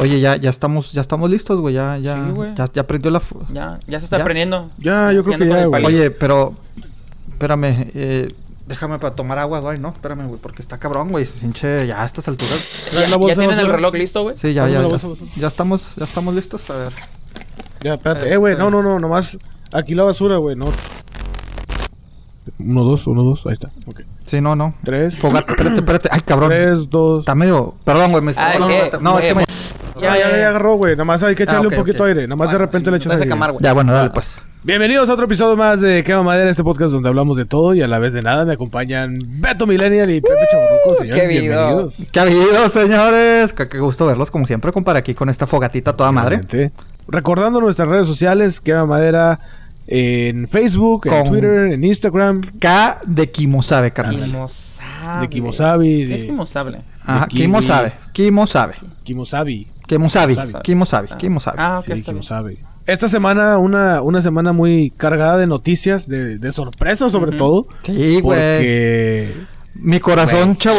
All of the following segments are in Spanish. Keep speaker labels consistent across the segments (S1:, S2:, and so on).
S1: Oye, ya, ya estamos, ya estamos listos, güey. Ya, ya,
S2: Sí, güey.
S1: ya, ya prendió la. fu-
S2: Ya, ya se está
S1: ¿Ya?
S2: aprendiendo.
S3: Ya, yo creo que ya, güey.
S1: Oye, pero, espérame, eh, déjame para tomar agua, güey. No, espérame, güey, porque está cabrón, güey. Sinche, ya a estas alturas.
S3: Trae
S2: ¿Ya,
S3: la
S2: ya
S3: bolsa,
S2: tienen el
S3: basura.
S2: reloj listo, güey?
S1: Sí, ya,
S3: Pásame
S1: ya,
S3: la
S1: ya,
S3: bolsa, pásame.
S1: ya estamos, ya estamos listos. A ver,
S3: Ya, espérate. Eh, güey, no, no, no, nomás aquí la basura, güey, no. Uno, dos, uno, dos, ahí está. Ok.
S1: sí, no, no.
S3: Tres,
S1: Fogata, espérate, espérate. Ay, cabrón.
S3: tres, dos.
S1: Está medio. Perdón, güey, me
S2: Ay,
S1: no, no,
S2: ¿qué?
S1: no, Ah, no, es que me...
S3: Ya, ya, ya agarró, güey. Nomás hay
S2: Ah,
S3: que echarle
S1: ok,
S3: un poquito
S1: ok.
S3: aire. Nomás de repente le echas
S2: Vas a
S3: aire.
S2: camar, güey.
S1: Ya, bueno, dale, pues.
S3: Bienvenidos a otro episodio más de Quema Madera, este podcast donde hablamos de todo y a la vez de nada. Me acompañan Beto Millennial y Pepe Chaburruco, señores.
S2: Uh, qué video.
S3: bienvenidos.
S1: ¿Qué ha habido, señores? Qué, qué gusto verlos, como siempre, compadre, aquí con esta fogatita a toda madre.
S3: Realmente. Recordando nuestras redes sociales, Quema Madera en Facebook, en
S1: Con-
S3: Twitter, en Instagram,
S1: K de Kimo sabe, carnal.
S2: Kimosable.
S3: de Kimosabi,
S2: Es
S3: de
S2: Kimosable.
S1: Ajá,
S3: de kiwi.
S1: Kimo sabe, Kimo sabe.
S3: Kimosabi.
S1: Kimo sabe,
S3: Sabe.
S1: Kimo sabe, Kimo sabe.
S2: Ah, ok,
S3: Sí,
S2: está bien.
S3: Kimosabi. Esta semana, una, una semana muy cargada de noticias, de, de sorpresas sobre
S2: Ujú.
S3: todo.
S1: Sí, güey.
S3: Porque.
S1: Mi corazón, chavo.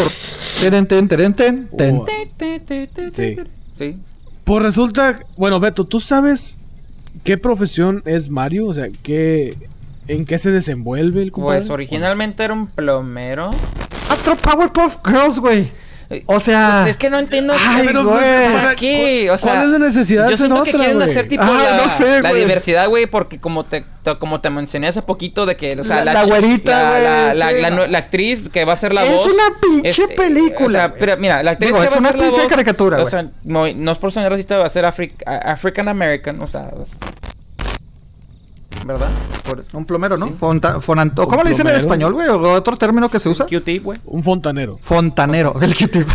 S1: Teren, ten, teren, ten, ten.
S3: Oh.
S2: Te, te, te,
S3: Sí.
S2: te, te. Sí.
S3: Pues resulta, bueno, Beto, ¿tú sabes qué profesión es Mario? O sea, ¿qué, ¿en qué se desenvuelve el compadre?
S2: Pues originalmente era un plomero.
S1: Otro Powerpuff Girls, güey. O sea-
S2: Pues, es que no entiendo.
S1: Ay,
S2: Pero,
S1: güey.
S2: pues, ¿Para qué? O sea,
S3: ¿Cuál es la necesidad de
S2: Yo
S3: hacer
S2: siento que
S3: otra,
S2: quieren
S3: güey?
S2: hacer tipo
S1: Ah,
S2: la,
S1: no sé,
S2: la
S1: güey.
S2: diversidad, güey, porque como te, te- como te mencioné hace poquito de que, o
S1: La-
S2: sea, la,
S1: la
S2: chi-
S1: güerita,
S2: la-
S1: güey,
S2: la, la-
S1: sí.
S2: la nu- la actriz que va a hacer la
S1: Es
S2: voz.
S1: una pinche
S2: eh,
S1: película,
S2: O sea,
S1: güey.
S2: pero mira, la actriz
S1: Digo,
S2: que
S1: es
S2: va a
S1: una
S2: hacer la
S1: pinche
S2: voz,
S1: caricatura,
S2: O
S1: güey.
S2: sea, no, no es por sonar racista, va a ser Afri- a- African American, o sea, es- ¿verdad? Por
S1: Un plomero, ¿no?
S2: Sí.
S1: Fonta- fonanto-
S3: Un
S1: ¿Cómo le dicen en
S3: plomero.
S1: español, güey? ¿O ¿Otro término que se usa?
S2: Q-tip, güey,
S3: Un fontanero.
S1: Fontanero, el que te...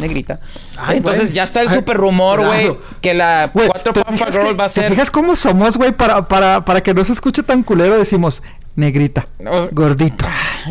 S2: negrita.
S1: Ay,
S2: Entonces
S1: güey.
S2: ya está el
S1: Ay,
S2: super rumor, güey,
S1: cuidado.
S2: que la
S1: Güey,
S2: 4
S1: ¿te
S2: Pump
S1: fijas
S2: Girl
S1: que-
S2: va a
S1: ¿Te
S2: ser
S1: fijas cómo somos, güey? Para, para, para que no se escuche tan culero, decimos negrita,
S2: O sea-
S1: gordito,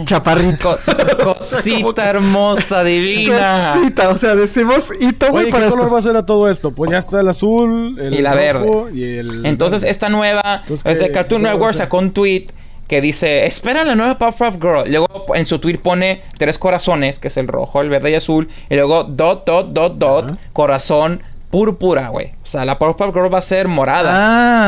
S1: chaparrito.
S2: Co- cosita hermosa, divina.
S1: Cosita, o sea, decimos hito,
S3: Oye,
S1: güey,
S3: ¿qué
S1: para
S3: color va
S1: esto.
S3: a ser a todo esto? Pues ya está el azul, el
S2: Y la
S3: rojo y el
S2: Entonces, esta nueva,
S3: Entonces,
S2: o sea,
S3: ¿qué-
S2: Cartoon
S3: qué
S2: Network
S3: cosa?
S2: sacó un tweet que dice, espera la nueva Powerpuff Girl. Luego en su tweet pone tres corazones, que es el rojo, el verde y azul. Y luego dot, dot, dot, dot,
S3: Ajá.
S2: corazón púrpura, güey. O sea, la Powerpuff Girl va a ser morada.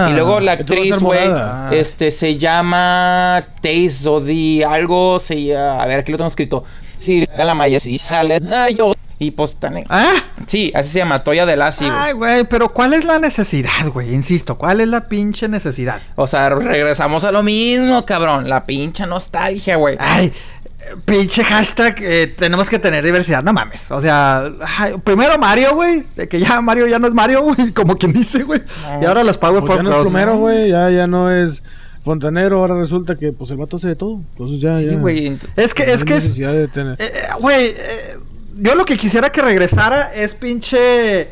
S1: Ah.
S2: y luego la
S3: Entonces va a
S2: actriz,
S3: ser
S2: güey,
S3: morada.
S2: este, se llama Teizodi, algo, se llama- a ver, aquí lo tengo escrito. Sí, la malla, sí, sale, ay, yo- y pues tan...
S1: Ah,
S2: Sí, así se llama, Toya de Lassie, güey.
S1: ay, güey, pero ¿cuál es la necesidad, güey? Insisto, ¿cuál es la pinche necesidad?
S2: O sea, regresamos a lo mismo, cabrón. La pincha nostalgia, güey.
S1: Ay, eh, pinche hashtag, eh, tenemos que tener diversidad, no mames. O sea, ay, primero Mario, güey, de que ya Mario ya no es Mario, güey, como quien dice, güey.
S2: No.
S1: Y ahora los
S3: Pues
S1: Powerpuff
S3: ya no es
S1: Girls.
S3: plomero, güey, ya, ya no es fontanero, ahora resulta que pues el vato hace de todo. Entonces ya,
S2: Sí,
S3: ya.
S2: güey. ent-
S1: Es que,
S3: No
S1: es
S3: hay
S1: que es.
S3: necesidad de tener-
S1: eh, eh, Güey, eh, yo lo que quisiera que regresara es pinche.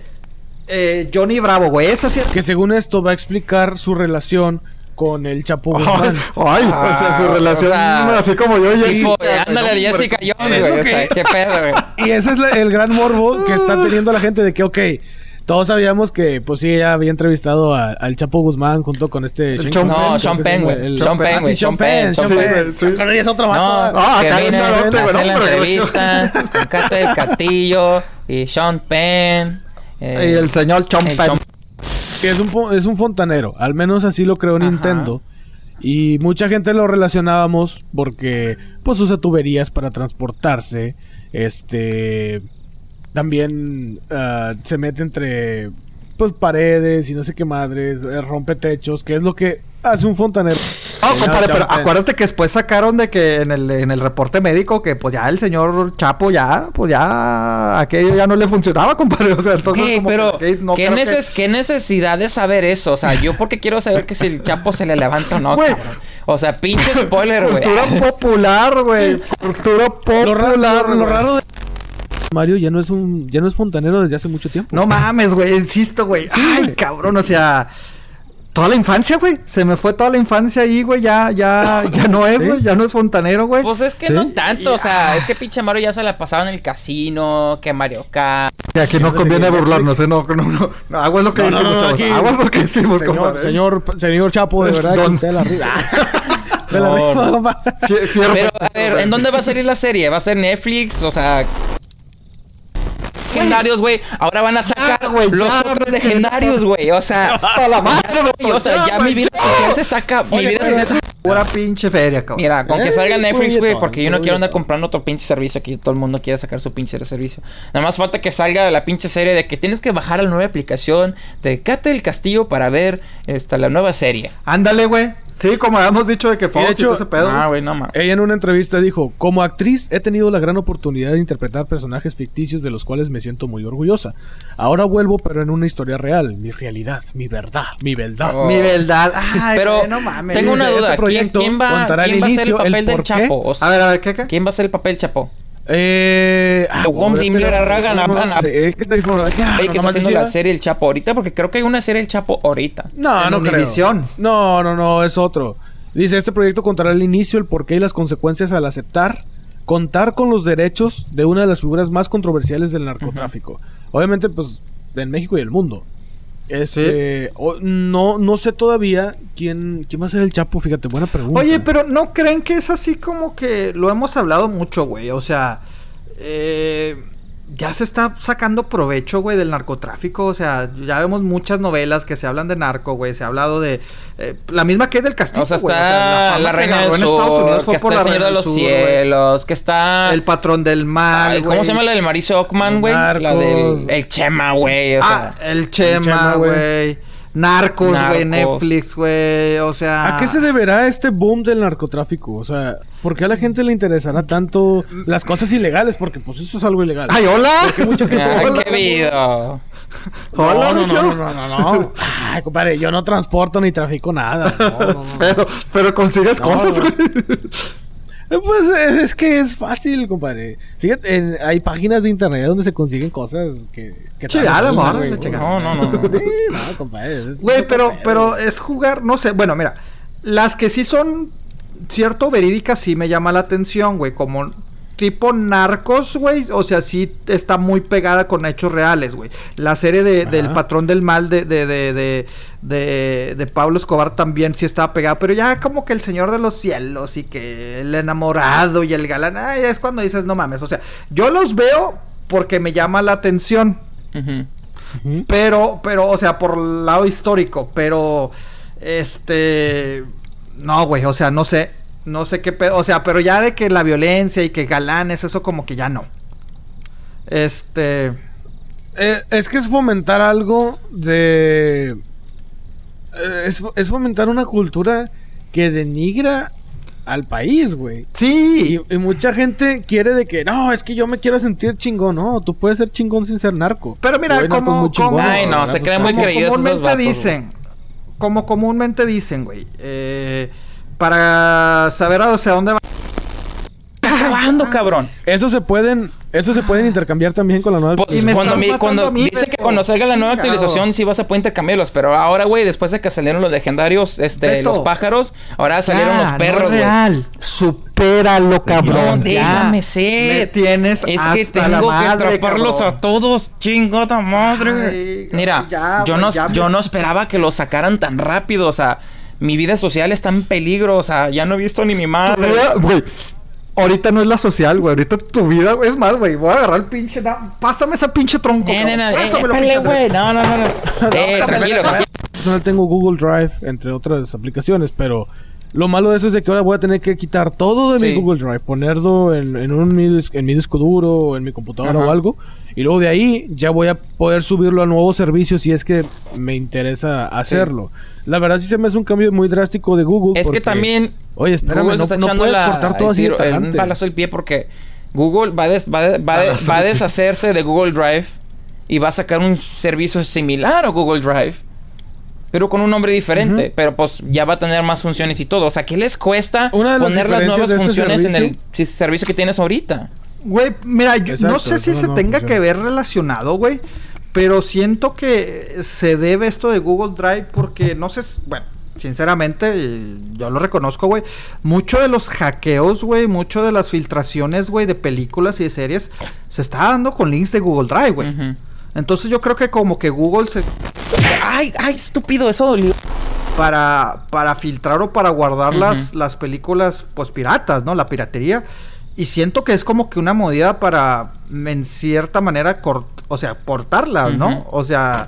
S1: eh, Johnny Bravo, güey. Esa sí.
S3: Que según esto va a explicar su relación con el Chapo
S1: Oh.
S3: Guzmán.
S2: Ah, o sea, su relación, así
S1: como yo y
S2: Tipo, de, ándale, Jessica Jones, güey. O sea, qué pedo, güey.
S3: Y ese es la- el gran morbo que
S1: Oh.
S3: está teniendo la gente de que, ok, todos sabíamos que, pues sí, ella había entrevistado a- al Chapo Guzmán junto con este... Shane
S1: Sean Penn,
S2: No, Sean
S3: Penn, creo que se
S2: Penn,
S3: llama
S2: güey.
S3: el-
S2: Sean Penn,
S3: Ah,
S2: güey.
S3: sí, Sean Penn, Sean
S1: sí,
S3: Penn.
S1: güey, sí.
S3: Con ella es otro
S2: No,
S3: vato.
S1: ah,
S2: que
S1: acá
S2: viene,
S1: bien malote,
S2: a
S1: güey,
S2: hacer la
S1: no, pero-
S2: entrevista. con Cata del Castillo y Sean Penn. eh,
S1: Y el señor
S2: el
S1: Chompa.
S2: Sean-
S3: Que es un, fo- es un fontanero, al menos así lo creó
S2: Ajá.
S3: Nintendo. Y mucha gente lo relacionábamos porque pues usa tuberías para transportarse. Este también ah, se mete entre pues paredes y no sé qué madres, eh, rompe techos, que es lo que hace un fontanero.
S1: No,
S3: Eh,
S1: Ah, compadre,
S3: Sean
S1: pero
S3: Penn.
S1: acuérdate que después sacaron de que en el, en el reporte médico que pues ya el señor Chapo ya, pues ya aquello ya no le funcionaba, compadre. O sea, entonces
S2: Güey,
S1: como
S2: pero
S1: que no
S2: ¿qué,
S1: creo que-
S2: neces- qué necesidad de saber eso? O sea, yo porque quiero saber que si el chapo se le levanta o no,
S1: Güey.
S2: cabrón. O sea, pinche spoiler, güey.
S1: Cultura popular, güey. Cultura popular.
S3: Lo raro, lo- lo
S1: güey.
S3: raro de Mario ya no es un ya no es fontanero desde hace mucho tiempo.
S1: No mames, güey, insisto, güey. Ay,
S3: güey.
S1: cabrón, o sea, toda la infancia, güey. Se me fue toda la infancia ahí, güey. Ya, ya, ya no es,
S3: ¿Sí?
S1: güey. Ya no es fontanero, güey.
S2: Pues es que
S3: Sí.
S2: no tanto, o sea, es que pinche Mario ya se la pasaba en el casino, que Mario Kart.
S1: Que Pues, aquí no
S3: Fíjate
S1: conviene
S3: que
S1: burlarnos, ¿eh? No, no, no. no, Aguas lo que
S3: No, no,
S1: decimos,
S3: no,
S1: chavos.
S3: aquí-
S1: Aguas lo que decimos,
S3: Señor,
S1: Pues, compadre. ¿eh?
S3: señor, señor Chapo, de
S1: Es
S3: verdad,
S1: Pues, don.
S3: que usted la rifa. Te la
S2: No,
S3: rifa,
S2: no.
S3: compa.
S1: Fie- fierro-
S2: Pero, a ver, ¿en dónde va a salir la serie? ¿Va a ser Netflix? O sea... ¿Qué legendarios, güey. Ahora van a sacar
S1: Ya, güey,
S2: los
S1: ya,
S2: otros
S1: vete.
S2: legendarios, güey. O sea,
S1: A la madre,
S2: güey, o sea, ya mi vida social se está acá. Mi
S3: Oye,
S2: vida
S3: güey,
S2: social se está
S1: Pura pinche feria, cabrón.
S2: Mira, con que salga
S3: Eh,
S2: Netflix,
S3: muy
S2: güey,
S3: bien,
S2: porque yo
S3: muy
S2: no quiero
S3: bien.
S2: andar comprando otro pinche servicio que todo el mundo quiere sacar su pinche servicio. Nada más falta que salga la pinche serie de que tienes que bajar a la nueva aplicación de Cate del Castillo para ver esta, la nueva serie.
S1: Ándale, güey. Sí, como habíamos dicho de que Fox y
S3: hecho-
S1: todo ese pedo.
S2: Ah, güey, no
S1: eh,
S2: mames.
S3: Ella en una entrevista dijo, como actriz he tenido la gran oportunidad de interpretar personajes ficticios de los cuales me siento muy orgullosa. Ahora vuelvo pero en una historia real, mi realidad, mi verdad, mi verdad.
S2: Oh.
S1: Mi verdad. Ay,
S2: Pero
S1: güey, no mames.
S2: tengo una
S3: Este
S2: duda. ¿Quién,
S3: proyecto
S2: quién va,
S3: contará
S2: quién
S3: el
S2: va a ser el
S3: inicio, el
S2: papel del
S3: por qué.
S2: Chapo? O sea,
S1: A ver, a ver, ¿qué, qué?
S2: ¿Quién va a ser el papel Chapo?
S3: Eh... ah,
S2: The Worms
S3: pobre,
S2: Himmler
S3: pero-
S2: Arragan, Arragan.
S3: Sí, es que te-
S1: Ah,
S3: ya,
S2: Ey, que está
S3: nomás
S2: haciendo
S3: decía-
S2: la serie El Chapo ahorita, porque creo que hay una serie El Chapo ahorita.
S3: No,
S1: En
S3: no creo.
S1: Univisión.
S3: No, no, no, es otro. Dice, este proyecto contará el inicio, el porqué y las consecuencias al aceptar contar con los derechos de una de las figuras más controversiales del narcotráfico. Obviamente, pues, en México y el mundo. Este, o- no, no sé todavía quién, quién va a ser el Chapo, fíjate, buena pregunta.
S1: Oye, pero ¿no creen que es así como que lo hemos hablado mucho, güey? O sea, eh, ya se está sacando provecho, güey, del narcotráfico. O sea, ya vemos muchas novelas que se hablan de narco, güey. Se ha hablado de... eh, la misma que es del castillo,
S2: O sea, está
S1: güey.
S2: la,
S1: fama que
S2: Reina
S1: ganó
S2: del
S1: en Estados
S2: Sur,
S1: Unidos fue
S2: que
S1: por
S2: está
S1: la
S2: el Señor
S1: Reina
S2: de
S1: del
S2: los
S1: Sur, güey.
S2: Cielos, que está...
S1: El patrón del mal,
S2: Ah. Ay,
S1: güey.
S2: ¿Cómo se llama la del Mauricio Ockman,
S3: Los
S2: güey? La del
S3: narcos.
S2: el Chema, güey. O
S1: Ah,
S2: sea,
S1: el
S3: el
S1: Chema,
S3: Chema, güey.
S1: güey. Narcos, güey.
S2: Narcos.
S1: Netflix, güey. O sea...
S3: ¿A qué se deberá este boom del narcotráfico? O sea, ¿por qué a la gente le interesará tanto las cosas ilegales? Porque pues eso es algo ilegal.
S1: ¡Ay, hola!
S2: ay,
S1: Hola,
S2: Ah, qué video.
S1: Hola,
S3: no, no,
S1: Rufio.
S3: no, no, no, no, no. Ay, compadre, yo no transporto ni trafico nada. No, no, no.
S1: Pero, pero consigues
S3: No,
S1: cosas, güey.
S3: güey. Eh, Pues eh, es que es fácil, compadre. Fíjate, en- hay páginas de internet donde se consiguen cosas que... que
S1: Che,
S3: traen
S1: a la
S3: basura,
S1: madre,
S3: güey.
S1: la chingada.
S2: No, no, no. no.
S3: Sí, no, compadre. es-
S1: Güey, pero,
S3: es-
S1: pero es jugar, no sé. Bueno, mira, las que sí son cierto verídicas sí me llama la atención, güey. Como tipo narcos, güey. O sea, sí está muy pegada con hechos reales, güey. La serie de,
S3: Ajá.
S1: del patrón del mal de, de, de, de, de- de Pablo Escobar también sí estaba pegada. Pero ya como que el señor de los cielos y que el enamorado y el galán. ay, es cuando dices, no mames. O sea, yo los veo porque me llama la atención.
S2: Ujú.
S3: Ujú.
S1: Pero, pero, o sea, por el lado histórico, pero, este, no, güey, o sea, no sé, no sé qué pedo, o sea, pero ya de que la violencia y que galanes, eso como que ya no. Este,
S3: Eh, es que es fomentar algo de... eh, es, es fomentar una cultura que denigra al país, güey.
S1: sí,
S3: Y, y mucha gente quiere de que, no, es que yo me quiero sentir chingón. No, tú puedes ser chingón sin ser narco.
S1: Pero mira,
S3: O hay narcos
S1: como-
S3: muy
S1: como-
S3: chingones,
S2: Ay, no,
S3: narcos
S2: se creen
S3: muy
S2: muy
S1: como
S2: creídos esos
S1: comúnmente
S2: vatos, güey.
S1: dicen, como comúnmente dicen, güey, eh, para saber a, o sea, dónde va.
S2: ¿Cuándo, cabrón?
S3: Eso se pueden, eso se pueden intercambiar también con la nueva.
S2: Pues,
S1: Y me
S2: cuando
S1: estás
S2: mi-
S1: matando
S2: cuando
S1: a mí,
S2: dice que
S1: Beto.
S2: cuando salga la nueva
S1: Chingado.
S2: actualización sí vas a poder intercambiarlos, pero ahora, güey, después de que salieron los legendarios, este,
S1: Beto.
S2: los pájaros, ahora salieron
S1: Ya,
S2: los perros,
S1: no
S2: güey.
S1: real. Supéralo, cabrón.
S2: No,
S1: ya.
S2: déjame
S1: Me
S2: ser.
S1: tienes
S2: Es
S1: hasta
S2: que
S1: la
S2: tengo que
S1: madre,
S2: atraparlos
S1: cabrón.
S2: a todos. Chingada madre.
S1: Ay,
S2: Mira,
S1: ya,
S2: yo,
S1: güey,
S2: no,
S1: ya me-
S2: yo no esperaba que los sacaran tan rápido. O sea, mi vida social está en peligro. O sea, ya no he visto ni mi
S1: Tu
S2: madre.
S1: vida, güey. Ahorita no es la social, güey. Ahorita tu vida güey, es más, güey. Voy a agarrar el pinche. da- Pásame esa pinche tronco.
S2: Eh,
S1: cabrón.
S2: nena, eh,
S1: Pásamelo,
S2: épale,
S1: pinche
S2: güey.
S1: tronco.
S2: No, no, no, no. Eh,
S1: No,
S2: tranquilo.
S1: espérame,
S2: sí.
S3: personal tengo Google Drive, entre otras aplicaciones, pero lo malo de eso es de que ahora voy a tener que quitar todo de
S2: Sí.
S3: mi Google Drive, ponerlo en, en un, mi dis- en mi disco duro o en mi computadora
S2: Ajá.
S3: o algo, y luego de ahí ya voy a poder subirlo a nuevos servicios si es que me interesa hacerlo. La verdad sí se me hace un cambio muy drástico de Google.
S2: Es que
S3: porque-
S2: también
S3: Oye, espérame,
S2: Google
S3: no,
S2: está
S3: no
S2: echando
S3: puedes
S2: la-
S3: cortar todo
S2: el
S3: así de
S2: tiro- el- un
S3: tajante.
S2: balazo al pie porque Google va, a des- va, a des- va a des- va a deshacerse de Google Drive y va a sacar un servicio similar a Google Drive, pero con un nombre diferente.
S3: Ujú.
S2: Pero pues ya va a tener más funciones y todo. O sea, ¿qué les cuesta
S3: Una de las
S2: poner las
S3: diferencias
S2: nuevas
S3: de este
S2: funciones en el
S3: servicio-
S2: si- servicio que tienes ahorita?
S1: Güey, mira, yo no
S3: Exacto,
S1: sé si
S3: eso
S1: se
S3: no
S1: tenga
S3: funciona.
S1: que ver relacionado, güey. Pero siento que se debe esto de Google Drive porque no sé. s- Bueno, sinceramente, eh, yo lo reconozco, güey. Mucho de los hackeos, güey. Mucho de las filtraciones, güey, de películas y de series se está dando con links de Google Drive, güey.
S2: Ujú.
S1: Entonces yo creo que como que Google se
S2: Ay, ay, estúpido, eso dolió.
S1: para, para filtrar o para guardar
S2: Ujú.
S1: las, las películas pues piratas, ¿no? La piratería. Y siento que es como que una medida para, en cierta manera, cort o sea, cortarla, ¿no?
S2: Ujú.
S1: O sea,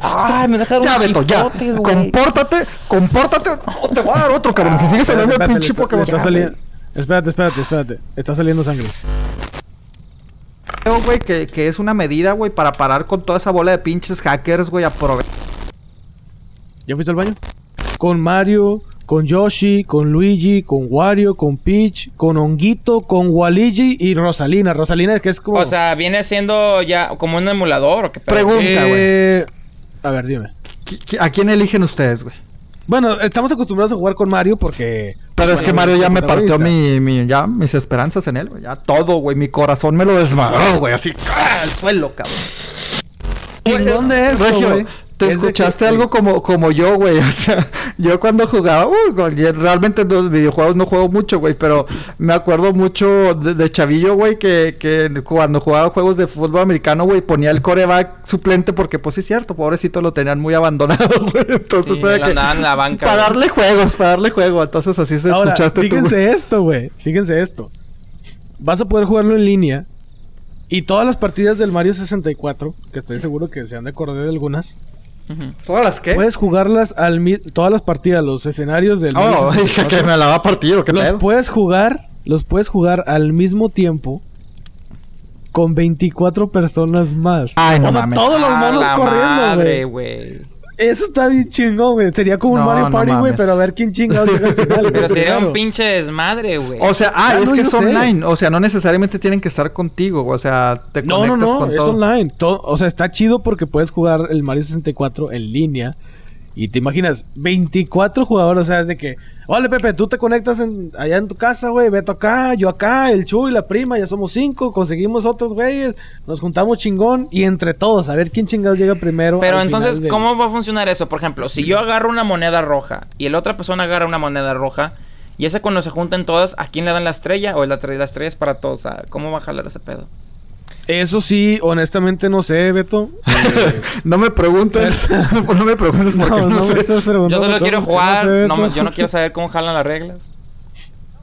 S2: Ay, me dejaron
S1: ya,
S2: un
S1: Beto, ya.
S2: chipote, güey.
S1: Compórtate, compórtate. o te voy a dar otro,
S3: Ah,
S1: cabrón. Si sigues hablando de
S3: Espérate,
S1: pinche
S3: espérate, le
S1: Pokémon.
S3: está- le está saliendo- Espérate, espérate, espérate. Está saliendo sangre.
S1: Creo, güey, que, que es una medida, güey, para parar con toda esa bola de pinches hackers, güey, aprove-
S3: ¿Ya fuiste al baño? Con Mario, con Yoshi, con Luigi, con Wario, con Peach, con Honguito, con Waligi y Rosalina. Rosalina que es como...
S2: O sea, viene siendo ya como un emulador o qué pedo?
S1: Pregun- pregunta,
S3: Eh, a ver, dime.
S1: ¿Qui- qui- ¿A quién eligen ustedes, güey?
S3: Bueno, estamos acostumbrados a jugar con Mario porque...
S1: Pero es
S3: bueno,
S1: que Mario ya me partió mi,
S3: protagonista.
S1: mi- ya, mis esperanzas en él, güey. Ya todo, güey. Mi corazón me lo desmadró, güey. Así, ¡ah! al suelo, cabrón.
S3: Chingón de esto,
S1: Regio,
S3: güey.
S1: te
S3: Es de
S1: escuchaste
S3: que-
S1: algo como, como yo, güey. O sea, yo cuando jugaba, uh, güey, yo realmente en los videojuegos no juego mucho, güey, pero me acuerdo mucho de, de Chavillo, güey, que, que cuando jugaba juegos de fútbol americano, güey, ponía el coreback suplente porque, pues sí, es cierto, pobrecito lo tenían muy abandonado, güey. Entonces,
S2: Sí,
S1: era
S2: lo
S1: que-
S2: andaban en la banca,
S1: Para
S2: güey.
S1: darle juegos, para darle juego. Entonces, así se
S3: Ahora,
S1: escuchaste tú,
S3: fíjense
S1: güey.
S3: esto, güey. Fíjense esto. Vas a poder jugarlo en línea. Y todas las partidas del Mario 64, que estoy seguro que se han de acordar de algunas,
S2: Ujú.
S1: ¿Todas las qué?
S3: puedes jugarlas al mi- todas las partidas, los escenarios del Mario
S1: Oh, dije
S3: 64,
S1: que me la va a partir, ¿o qué
S3: los
S1: pedo?
S3: puedes jugar, los puedes jugar al mismo tiempo con 24 personas más.
S1: Ay, no
S3: O sea,
S1: mames.
S3: Todos los
S2: A
S3: monos
S2: la
S3: corriendo,
S2: madre,
S3: güey.
S2: güey.
S3: Eso está bien chingón, güey. Sería como
S1: No,
S3: un Mario
S1: no
S3: Party, güey,
S1: mames.
S3: pero a ver quién chingado llega al final. güey,
S2: Pero sería
S3: primero.
S2: un pinche desmadre, güey.
S1: O sea, ah,
S3: Ah,
S1: es
S3: no,
S1: que
S3: yo
S1: es
S3: sé.
S1: online. O sea, no necesariamente tienen que estar contigo. O sea, te
S3: No, no,
S1: conectas
S3: no,
S1: con
S3: es
S1: todo.
S3: online. To- o sea, está chido porque puedes jugar el Mario 64 en línea. Y te imaginas, 24 jugadores, o sea, es de que, vale Pepe, tú te conectas en- allá en tu casa, güey, Beto acá, yo acá, el Chu y la prima, ya somos cinco, conseguimos otros güeyes, nos juntamos chingón y entre todos, a ver quién chingados llega primero.
S2: Pero
S3: al final
S2: entonces,
S3: del-
S2: ¿cómo va a funcionar eso? Por ejemplo, si yo agarro una moneda roja y la otra persona agarra una moneda roja, y esa cuando se juntan todas, ¿a quién le dan la estrella? ¿O la, tre- la estrella es para todos? O sea, ¿Cómo va a jalar ese pedo?
S3: Eso sí, honestamente no sé, Beto.
S1: No me preguntes. no me preguntes porque no,
S3: me
S1: sé.
S3: estás preguntando
S2: Yo solo
S3: cómo,
S2: quiero
S3: no
S2: jugar,
S3: sé,
S2: no,
S3: Beto.
S2: me- yo no quiero saber cómo jalan las reglas.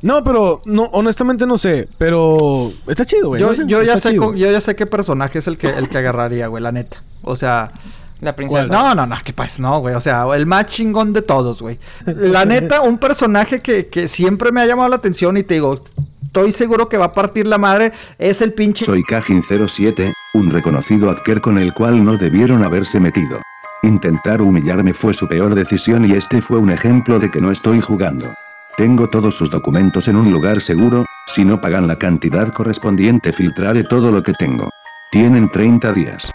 S3: No, pero no, honestamente no sé, pero está chido, güey.
S1: Yo,
S3: no sé,
S1: yo ya
S3: está
S1: sé,
S3: chido.
S1: co- yo ya sé qué personaje es el que, el que agarraría, güey, la neta. O sea,
S2: La princesa.
S1: no, no, no, qué pasa, no, güey. O sea, el más chingón de todos, güey. La neta, un personaje que, que siempre me ha llamado la atención y te digo, estoy seguro que va a partir la madre, es el pinche.
S4: Soy Cajin 07, un reconocido hacker con el cual no debieron haberse metido. Intentar humillarme fue su peor decisión y este fue un ejemplo de que no estoy jugando. Tengo todos sus documentos en un lugar seguro, si no pagan la cantidad correspondiente filtraré todo lo que tengo. Tienen 30 días.